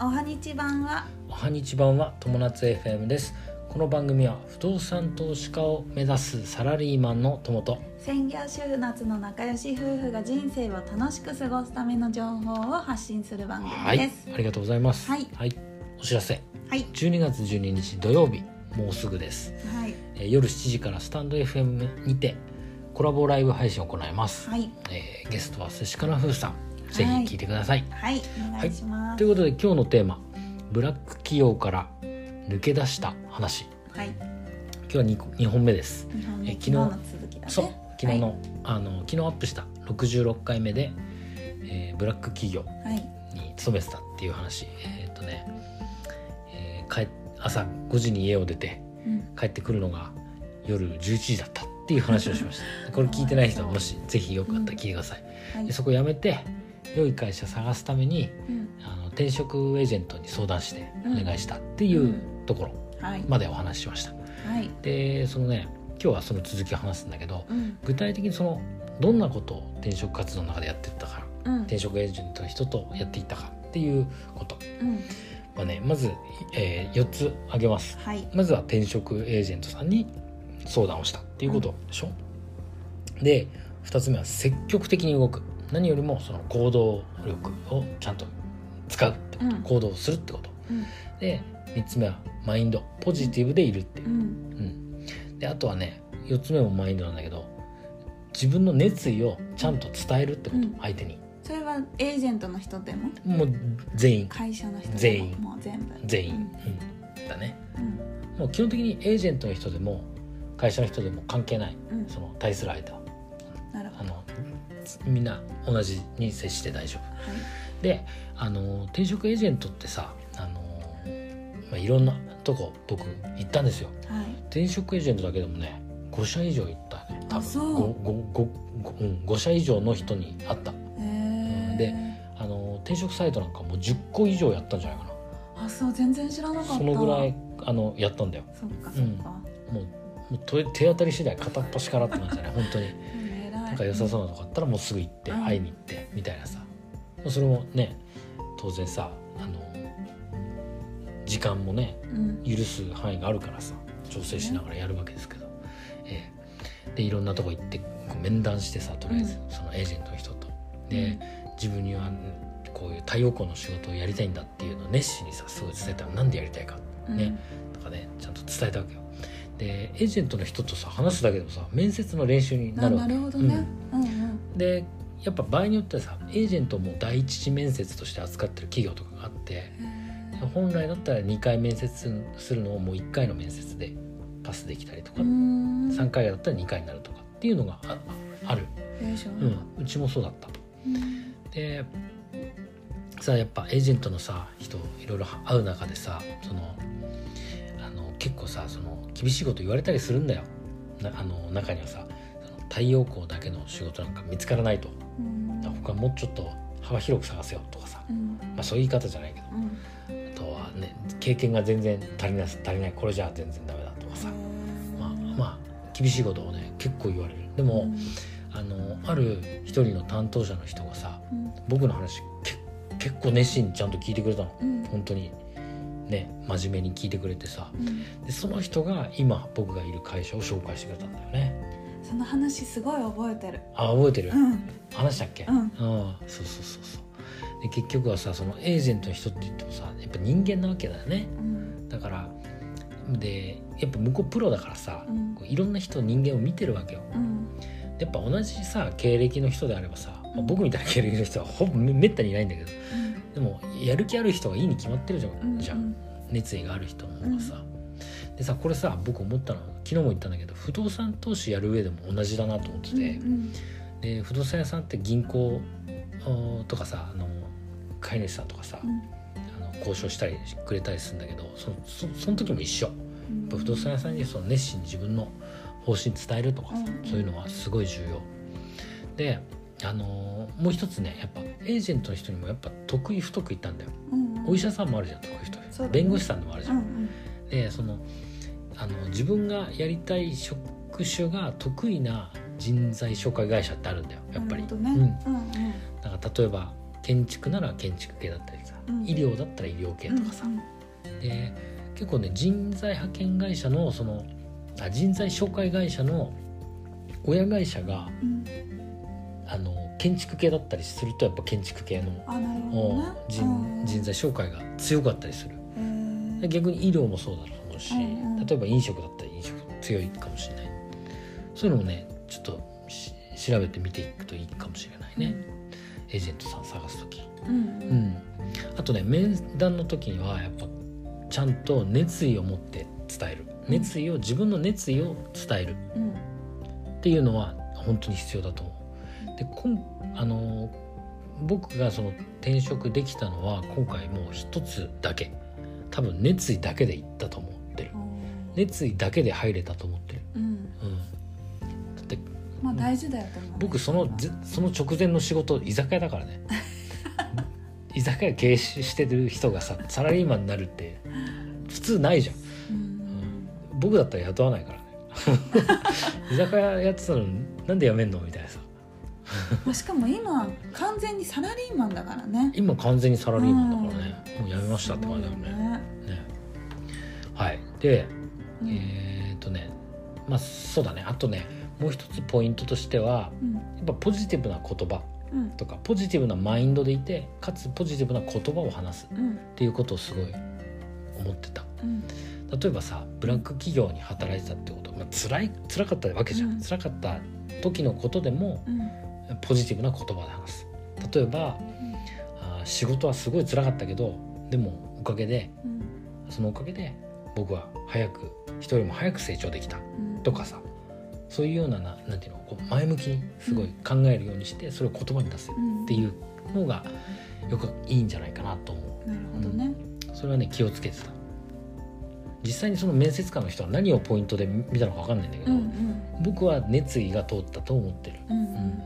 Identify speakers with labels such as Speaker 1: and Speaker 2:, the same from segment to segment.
Speaker 1: おはにち版は
Speaker 2: おはにち版は友達 FM ですこの番組は不動産投資家を目指すサラリーマンの友と
Speaker 1: 専業主婦夏の仲良し夫婦が人生を楽しく過ごすための情報を発信する番
Speaker 2: は
Speaker 1: 組
Speaker 2: い
Speaker 1: です
Speaker 2: ありがとうございます
Speaker 1: はい
Speaker 2: お知らせ
Speaker 1: はい
Speaker 2: 12月12日土曜日もうすぐです、
Speaker 1: はい
Speaker 2: えー夜7時からスタンド FM にてコラボライブ配信を行います、
Speaker 1: はい
Speaker 2: えーゲストは寿司かなふうさんぜひ聞いてください、
Speaker 1: はいお願いしま
Speaker 2: と
Speaker 1: す
Speaker 2: いうことで今日のテーマブラック企業から抜け出した話
Speaker 1: はい
Speaker 2: 今日は 2, 2本目です
Speaker 1: 日本の
Speaker 2: え
Speaker 1: 昨日
Speaker 2: 昨日
Speaker 1: の続きだね
Speaker 2: そう昨日の,、あの昨日アップした66回目で、えーブラック企業
Speaker 1: はい
Speaker 2: に勤めてたっていう話えーっとね、えー帰朝5時に家を出て
Speaker 1: うん
Speaker 2: 帰ってくるのが夜11時だったっていう話をしまし たこれ聞いてない人はもしぜひよかったら聞いてください、
Speaker 1: はい
Speaker 2: でそこ辞めて良い会社探すために
Speaker 1: うん
Speaker 2: あの転職エージェントに相談して
Speaker 1: うん
Speaker 2: お願いしたっていうところ
Speaker 1: はい
Speaker 2: までお話ししました
Speaker 1: はい
Speaker 2: でそのね今日はその続きを話すんだけど
Speaker 1: うん
Speaker 2: 具体的にそのどんなことを転職活動の中でやってったか
Speaker 1: うん
Speaker 2: 転職エージェントの人とやっていったかっていうこと
Speaker 1: うん
Speaker 2: まあねまず、え4つ挙げます
Speaker 1: はい
Speaker 2: まずは転職エージェントさんに相談をしたっていうことでしょ、で2つ目は積極的に動く何よりもその行動力をちゃんと使うってこと、
Speaker 1: うん
Speaker 2: 行動するってこと
Speaker 1: うん
Speaker 2: で3つ目はマインドポジティブでいるっていう
Speaker 1: う、ん
Speaker 2: うん、であとはね4つ目もマインドなんだけど自分の熱意をちゃんと伝えるってこと、
Speaker 1: うん
Speaker 2: 相手に
Speaker 1: それはエージェントの人でも
Speaker 2: もう全員
Speaker 1: 会社の人でも
Speaker 2: 全員
Speaker 1: もう全部
Speaker 2: 全員、うんだね
Speaker 1: うん
Speaker 2: もう基本的にエージェントの人でも会社の人でも関係ない
Speaker 1: うん
Speaker 2: その対する相手は
Speaker 1: なるほ
Speaker 2: あ
Speaker 1: ど
Speaker 2: のみんな同じに接して大丈夫
Speaker 1: はい
Speaker 2: であの転職エージェントってさあの、まあ、いろんなとこ僕行ったんですよ
Speaker 1: はい
Speaker 2: 転職エージェントだけでもね5社以上行ったね多
Speaker 1: あそ
Speaker 2: 分
Speaker 1: う
Speaker 2: 5, うん、5社以上の人に会った
Speaker 1: へえ
Speaker 2: であの転職サイトなんかもう10個以上やったんじゃないか
Speaker 1: あそう全然知らなかった
Speaker 2: なそのぐらいあのやったんだよ
Speaker 1: そっかそっか、
Speaker 2: もうもうと手当たり次第片っ端からって 感じだね本当に
Speaker 1: うん、偉い
Speaker 2: なんか良さそうなとこあったらもうすぐ行って
Speaker 1: うん
Speaker 2: 会いに行ってみたいなさそれもね当然さあの時間もね
Speaker 1: うん
Speaker 2: 許す範囲があるからさ調整しながらやるわけですけど、ええでいろんなとこ行ってこう面談してさとりあえずそのエージェントの人と。で自分にはこういう太陽光の仕事をやりたいんだっていうのを熱心にさすごい伝えたらなんでやりたいか
Speaker 1: うん
Speaker 2: ねとかねちゃんと伝えたわけよ。でエージェントの人とさ話すだけでもさ面接の練習に
Speaker 1: あ
Speaker 2: なるわ
Speaker 1: な
Speaker 2: け
Speaker 1: るほどね、うん、うん
Speaker 2: でやっぱ場合によってはさエージェントも第一次面接として扱ってる企業とかがあって
Speaker 1: へ
Speaker 2: 本来だったら2回面接するのをもう1回の面接でパスできたりと
Speaker 1: えう
Speaker 2: か、
Speaker 1: ーん
Speaker 2: 3回だったら2回になるとかっていうのがあある、
Speaker 1: よいしょ
Speaker 2: うんうちもそうだった
Speaker 1: うん
Speaker 2: でさあやっぱエージェントのさ人いろいろ会う中でさそのあの結構さその厳しいこと言われたりするんだよなあの中にはさその太陽光だけの仕事なんか見つからないと
Speaker 1: うん
Speaker 2: 他もうちょっと幅広く探せよとかさ、
Speaker 1: うん
Speaker 2: まあ、そういう言い方じゃないけど
Speaker 1: うん
Speaker 2: あとはね経験が全然足りない足りないこれじゃ全然ダメだとかさ、まあまあ厳しいことをね結構言われるで
Speaker 1: あ
Speaker 2: も、あのある一人の担当者の人がさ
Speaker 1: うん
Speaker 2: 僕の話け結構熱心にちゃんと聞いてくれたの
Speaker 1: うん
Speaker 2: 本当にね真面目に聞いてくれてさ
Speaker 1: うん
Speaker 2: でその人が今僕がいる会社を紹介してくれたんだよね
Speaker 1: その話すごい覚えてる
Speaker 2: あ覚えてる
Speaker 1: うん
Speaker 2: 話したっけ、
Speaker 1: うん
Speaker 2: ああそうそうそうそうで結局はさそのエージェントの人って言ってもさやっぱ人間なわけだよね
Speaker 1: うん
Speaker 2: だからでやっぱ向こうプロだからさ、
Speaker 1: うん
Speaker 2: こういろんな人人間を見てるわけよ
Speaker 1: うん
Speaker 2: やっぱ同じさ経歴の人であればさ、まあ僕みたいな経歴の人はほぼめめったにいないんだけどでもやる気ある人がいいに決まってるじゃん,、
Speaker 1: うん
Speaker 2: じゃん熱意がある人の方がさ、でさこれさ僕思ったのは昨日も言ったんだけど不動産投資やる上でも同じだなと思って
Speaker 1: うん
Speaker 2: て、
Speaker 1: うん
Speaker 2: で不動産屋さんって銀行あーとかさあの飼い主さんとかさ、あの交渉したりしてくれたりするんだけどそのそその時も一緒や
Speaker 1: うん
Speaker 2: っぱ不動産屋さんにその熱心に自分の方針伝えるとかさ、
Speaker 1: うん
Speaker 2: そういうのはすごい重要であのーもう一つねやっぱエージェントの人にもやっぱ得意不得意ってあるんだよ
Speaker 1: うんうん
Speaker 2: お医者さんもあるじゃん得意不得意、
Speaker 1: そうだね
Speaker 2: 弁護士さんでもあるじゃ
Speaker 1: うん
Speaker 2: ん、
Speaker 1: うん
Speaker 2: でそのあの自分がやりたい職種が得意な人材紹介会社ってあるんだよやっぱ
Speaker 1: な
Speaker 2: り、
Speaker 1: るほどね
Speaker 2: うん、
Speaker 1: うんうん
Speaker 2: なんか例えば建築なら建築系だったりさ、
Speaker 1: うん
Speaker 2: 医療だったら医療系とかさ、
Speaker 1: うん
Speaker 2: で結構ね人材派遣会社のそのあ人材紹介会社の親会社が
Speaker 1: うん
Speaker 2: あの建築系だったりするとやっぱ建築系の、
Speaker 1: あなるほど
Speaker 2: お
Speaker 1: ね
Speaker 2: 人人材紹介が強かったりする
Speaker 1: 材
Speaker 2: 逆に医療もそうだと思うし、
Speaker 1: うんうん
Speaker 2: 例えば飲食だったら飲食強いかもしれないそういうのもねちょっとし調べてみていくといいかもしれないね、エージェントさん探す時、
Speaker 1: うんう
Speaker 2: うんん、あとね面談の時にはやっぱちゃんと熱意を持って伝える熱意を自分の熱意を伝える
Speaker 1: うん
Speaker 2: っていうのは本当に必要だと思う。でこんあの僕がその転職できたのは今回もう一つだけ多分熱意だけでいったと思ってる熱意だけで入れたと思ってる、
Speaker 1: うん
Speaker 2: うん、だって
Speaker 1: まあ大事だよと思うね
Speaker 2: 僕そのずその直前の仕事居酒屋だからね居酒屋経営してる人がさサラリーマンになるって普通ないじゃん
Speaker 1: うん
Speaker 2: 僕だったら雇わないからね居酒屋やってたのになんで辞めんのみたいなさ
Speaker 1: まあしかも今完全にサラリーマンだからね
Speaker 2: 今完全にサラリーマンだからね、もう辞めましたって感じだよね
Speaker 1: すごいよ
Speaker 2: ねはいで
Speaker 1: うん
Speaker 2: えーっとねまあそうだねあとねもう一つポイントとしてはやっぱポジティブな言葉
Speaker 1: うん
Speaker 2: とかポジティブなマインドでいてかつポジティブな言葉を話す
Speaker 1: うんうん
Speaker 2: っていうことをすごい思ってた
Speaker 1: うん
Speaker 2: 例えばさブラック企業に働いてたってこと、まあ、辛い辛かったわけじゃん、
Speaker 1: うん
Speaker 2: 辛かった時のことでも
Speaker 1: うん
Speaker 2: ポジティブな言葉で話す例えばあー仕事はすごい辛かったけどでもおかげで
Speaker 1: うん
Speaker 2: そのおかげで僕は早く一人も早く成長できた
Speaker 1: うん
Speaker 2: とかさそういうようなななんていうのこう前向きにすごい考えるようにして、それを言葉に出せる
Speaker 1: うん
Speaker 2: っていうのがよくいいんじゃないかなと思
Speaker 1: なるほどね
Speaker 2: うそれはね気をつけてた実際にその面接官の人は何をポイントで見たのか分かんないんだけ
Speaker 1: う
Speaker 2: ど、
Speaker 1: んうん
Speaker 2: 僕は熱意が通ったと思ってる
Speaker 1: うん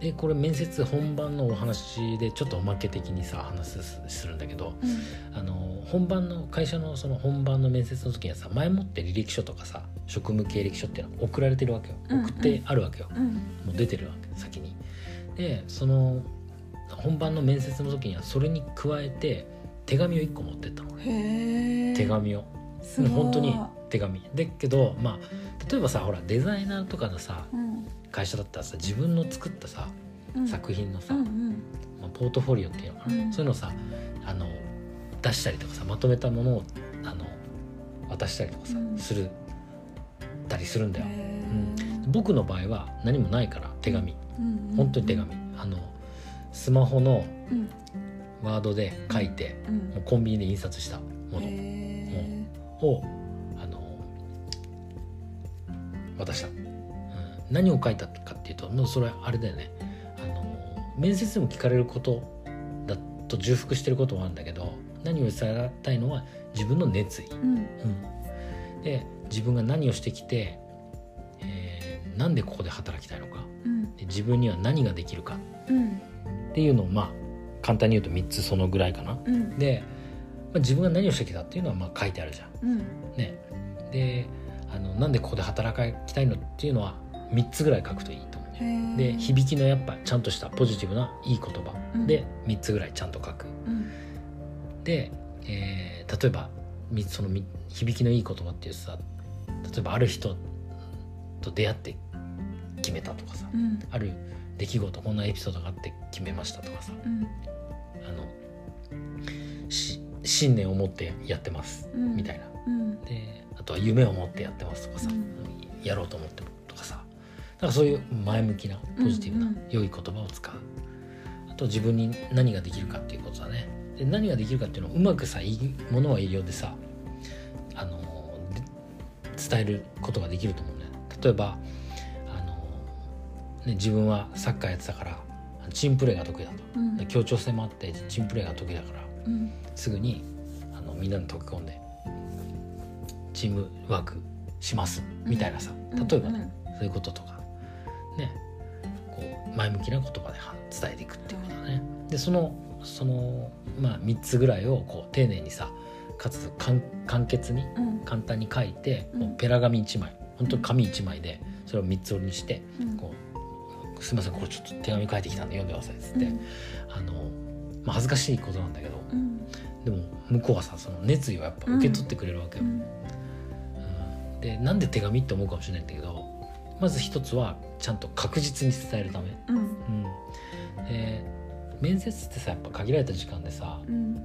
Speaker 2: でこれ面接本番のお話でちょっとおまけ的にさ話すするんだけど
Speaker 1: うん
Speaker 2: あの本番の会社のその本番の面接の時にはさ前もって履歴書とかさ職務経歴書っていうのは送られてるわけよ
Speaker 1: うんうん
Speaker 2: 送ってあるわけよ、
Speaker 1: うん
Speaker 2: もう出てるわけ先にでその本番の面接の時にはそれに加えて手紙を1個持ってったの俺
Speaker 1: へえ
Speaker 2: 手紙を
Speaker 1: す
Speaker 2: うん
Speaker 1: ごい
Speaker 2: 本当に手紙でけどまあ例えばさほらデザイナーとかのさ
Speaker 1: うん
Speaker 2: 会社だったらさ自分の作ったさ
Speaker 1: うん
Speaker 2: 作品のさ、
Speaker 1: うんうん
Speaker 2: まあ、ポートフォリオっていうのかな、
Speaker 1: うん
Speaker 2: そういうのをさあの出したりとかさまとめたものをあの渡したりとかさ、
Speaker 1: うん
Speaker 2: するたりするんだよ、
Speaker 1: へ
Speaker 2: 僕の場合は何もないから手紙
Speaker 1: ーうんうん
Speaker 2: 本当に手紙、あのスマホの
Speaker 1: うん
Speaker 2: ワードで書いて、
Speaker 1: うん
Speaker 2: もうコンビニで印刷したもの
Speaker 1: へ
Speaker 2: を、あの渡した、うん何を書いたかっていうともうそれはあれだよねあの面接でも聞かれることだと重複してることもあるんだけど何を伝えたいのは自分の熱意、
Speaker 1: ーうん
Speaker 2: うんで自分が何をしてきて、えーなんでここで働きたいのか
Speaker 1: うん
Speaker 2: で自分には何ができるか
Speaker 1: うん
Speaker 2: っていうのをまあ簡単に言うと3つそのぐらいかな。
Speaker 1: うん
Speaker 2: で、まあ、自分が何をしてきたっていうのはまあ書いてあるじゃん。
Speaker 1: うん
Speaker 2: ね、であのなんでここで働きたいのっていうのは3つぐらい書くといいと思
Speaker 1: へー
Speaker 2: う。で響きのやっぱちゃんとしたポジティブないい言葉
Speaker 1: うん
Speaker 2: で3つぐらいちゃんと書く。
Speaker 1: うん
Speaker 2: で、えー例えばみそのみ響きのいい言葉っていうさ例えばある人と出会って決めたとかさ
Speaker 1: うん
Speaker 2: ある出来事こんなエピソードがあって決めましたとかさ
Speaker 1: うん
Speaker 2: あのし信念を持ってやってます
Speaker 1: うん
Speaker 2: みたいな。
Speaker 1: うん
Speaker 2: であとは夢を持ってやってますとかさ、
Speaker 1: うん
Speaker 2: やろうと思ってるとかさだからそういう前向きなポジティブ
Speaker 1: う
Speaker 2: なん
Speaker 1: うん
Speaker 2: 良い言葉を使う、あと自分に何ができるかっていうことだねで何ができるかっていうのをうまくさいいものは栄養でさあので伝えることができると思うんだよね例えばあの、ね、自分はサッカーやってたからチームプレーが得意だと、
Speaker 1: うん
Speaker 2: で協調性もあってチームプレーが得意だから
Speaker 1: うん
Speaker 2: すぐにあのみんなに溶け込んでチームワークしますみたいなさ、
Speaker 1: うん
Speaker 2: 例えばね、そういうこととかねこう前向きな言葉では伝えていくっていうことだね。でそのその、まあ、3つぐらいをこう丁寧にさかつ簡簡潔に
Speaker 1: うん
Speaker 2: 簡単に書いて、
Speaker 1: うん
Speaker 2: もうペラ紙1枚本当に紙1枚でそれを3つ折りにして
Speaker 1: うん
Speaker 2: こうすいませんこれちょっと手紙書いてきたんで読んでください」っつって、あの、まあ、恥ずかしいことなんだけど
Speaker 1: うん
Speaker 2: でも向こうはさその熱意をやっぱ受け取ってくれるわけ
Speaker 1: う
Speaker 2: よ。
Speaker 1: ん
Speaker 2: うんでなんで手紙って思うかもしれないんだけどまず一つはちゃんと確実に伝えるため。
Speaker 1: うん
Speaker 2: うんで面接ってさやっぱ限られた時間でさ
Speaker 1: うん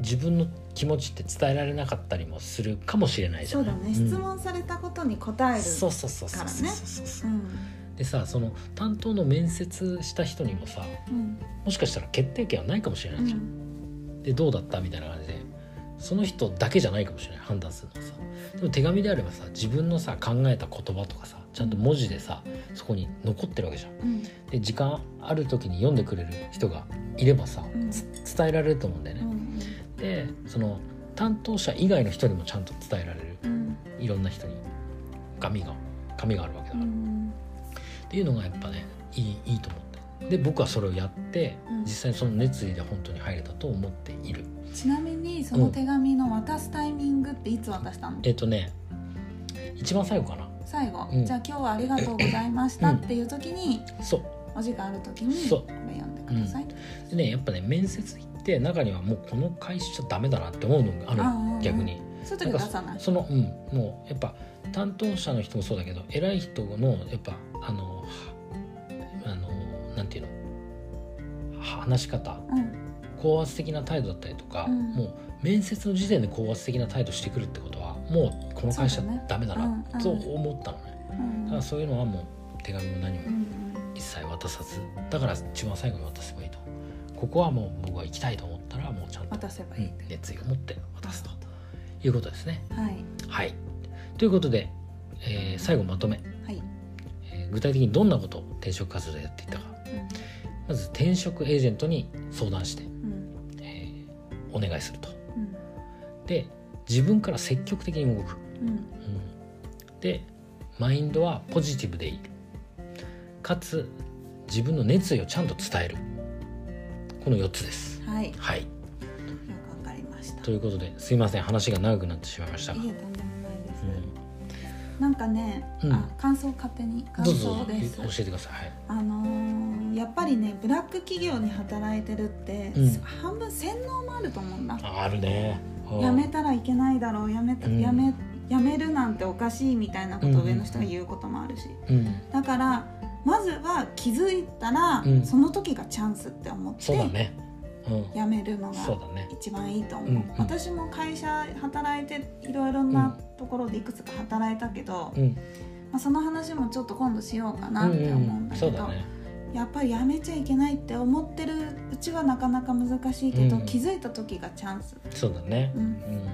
Speaker 2: 自分の気持ちって伝えられなかったりもするかもしれないじゃ
Speaker 1: そう
Speaker 2: ない
Speaker 1: だね
Speaker 2: ん
Speaker 1: 質問されたことに答える
Speaker 2: そうそうそうそうそうそうそううんでさその担当の面接した人にもさ
Speaker 1: うん
Speaker 2: もしかしたら決定権はないかもしれな
Speaker 1: う
Speaker 2: いじゃん、
Speaker 1: ん
Speaker 2: でどうだったみたいな感じでその人だけじゃないかもしれない判断するのはさでも手紙であればさ自分のさ考えた言葉とかさちゃんと文字でさそこに残ってるわけじゃん
Speaker 1: うん
Speaker 2: で時間ある時に読んでくれる人がいればさ、
Speaker 1: うん
Speaker 2: つ伝えられると思うんだよ
Speaker 1: う
Speaker 2: ね、
Speaker 1: ん
Speaker 2: でその担当者以外の人にもちゃんと伝えられる
Speaker 1: うん
Speaker 2: いろんな人に紙が紙があるわけだ
Speaker 1: う
Speaker 2: から、
Speaker 1: ん
Speaker 2: っていうのがやっぱねいいいいと思ってで僕はそれをやって、
Speaker 1: うん
Speaker 2: 実際にその熱意で本当に入れたと思っている
Speaker 1: ちなみにその手紙の渡すタイミングっていつ渡したの
Speaker 2: えっ、とね一番最後かな
Speaker 1: 最後、
Speaker 2: うん
Speaker 1: じゃあ今日はありがとうございましたっていう時に、
Speaker 2: そう
Speaker 1: お時間ある時に
Speaker 2: そう
Speaker 1: これ読んでくださいと、
Speaker 2: でねやっぱね面接行って中にはもうこの会社ダメだなって思うのがある
Speaker 1: ああ
Speaker 2: 逆に
Speaker 1: そういう時は出さない
Speaker 2: そのうんもうやっぱ担当者の人もそうだけど偉い人のやっぱあのはあのなんていうの話し方
Speaker 1: うん
Speaker 2: 高圧的な態度だったりとか、
Speaker 1: うん
Speaker 2: もう面接の時点で高圧的な態度してくるってことはもうこの会社
Speaker 1: そうだね
Speaker 2: ダメだな
Speaker 1: うんうん
Speaker 2: と思ったのね、
Speaker 1: う
Speaker 2: だ
Speaker 1: ん
Speaker 2: からそういうのはもう手紙も何
Speaker 1: う
Speaker 2: も
Speaker 1: ん
Speaker 2: 一切渡さずだから一番最後に渡せばいいとここはもう僕は行きたいと思ったらもうちゃんと、
Speaker 1: 渡せば
Speaker 2: う
Speaker 1: いい
Speaker 2: ん、熱意を持って渡すということですね
Speaker 1: はい
Speaker 2: はいということで、えー最後まとめ、
Speaker 1: はい、
Speaker 2: えー具体的にどんなことを転職活動でやっていったかまず転職エージェントに相談して、
Speaker 1: うんうん
Speaker 2: えーお願いするとで自分から積極的に動く、
Speaker 1: うんうん
Speaker 2: うんでマインドはポジティブでいるかつ自分の熱意をちゃんと伝えるこの4つです
Speaker 1: はいよ
Speaker 2: はい
Speaker 1: くわかりました
Speaker 2: と
Speaker 1: い
Speaker 2: いうことですいません話が長くなってしまいましたが、
Speaker 1: えとんでもないです、
Speaker 2: う
Speaker 1: なんかね、
Speaker 2: うん
Speaker 1: あ感想勝手に
Speaker 2: ん、
Speaker 1: 感
Speaker 2: どうぞ
Speaker 1: 想です
Speaker 2: 教えてください、はい、
Speaker 1: あのーやっぱりねブラック企業に働いてるって、
Speaker 2: うん
Speaker 1: 半分洗脳もあると思うんだ
Speaker 2: ああるねうん
Speaker 1: やめたらいけないだろうやめた、
Speaker 2: うん
Speaker 1: やめやめるなんておかしいみたいなことを上の人が言うこともあるし、
Speaker 2: うん
Speaker 1: だからまずは気づいたら、
Speaker 2: うん
Speaker 1: その時がチャンスって思っ
Speaker 2: そうだ
Speaker 1: て
Speaker 2: ねうん
Speaker 1: やめるの
Speaker 2: そう
Speaker 1: が
Speaker 2: だね
Speaker 1: 一番いいと思う
Speaker 2: うんうん
Speaker 1: 私も会社働いていろいろなところでいくつか働いたけど、
Speaker 2: うん
Speaker 1: まあ、その話もちょっと今度しようか
Speaker 2: う
Speaker 1: なっ
Speaker 2: ん
Speaker 1: て思うん
Speaker 2: う
Speaker 1: だ
Speaker 2: ん
Speaker 1: け
Speaker 2: そ
Speaker 1: ど、
Speaker 2: うだね
Speaker 1: やっぱりやめちゃいけないって思ってるうちはなかなか難しいけど、
Speaker 2: うん
Speaker 1: 気づいた時がチャンス
Speaker 2: そうだね
Speaker 1: うん
Speaker 2: うん
Speaker 1: だと思い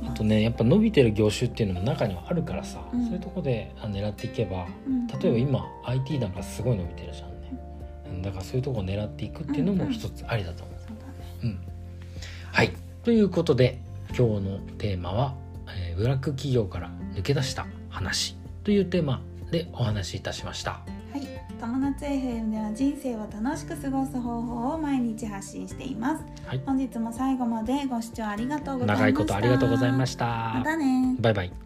Speaker 2: あ
Speaker 1: ます
Speaker 2: と。ねやっぱ伸びてる業種っていうのも中にはあるからさ、
Speaker 1: うん
Speaker 2: そういうとこであ狙っていけば
Speaker 1: うん
Speaker 2: 例えば今 IT なんかすごい伸びてるじゃんね、うん、だからそういうとこを狙っていくっていうの
Speaker 1: うん
Speaker 2: も
Speaker 1: うん
Speaker 2: 一つありだと思う、
Speaker 1: そうだね
Speaker 2: うんはいということで今日のテーマは、えーブラック企業から抜け出した話」というテーマでお話しいたしました
Speaker 1: はい、友達 FM では人生を楽しく過ごす方法を毎日発信しています。
Speaker 2: はい
Speaker 1: 本日も最後までご視聴ありがとうございました。
Speaker 2: 長いことありがとうございま
Speaker 1: し
Speaker 2: した
Speaker 1: またね。
Speaker 2: バイバイ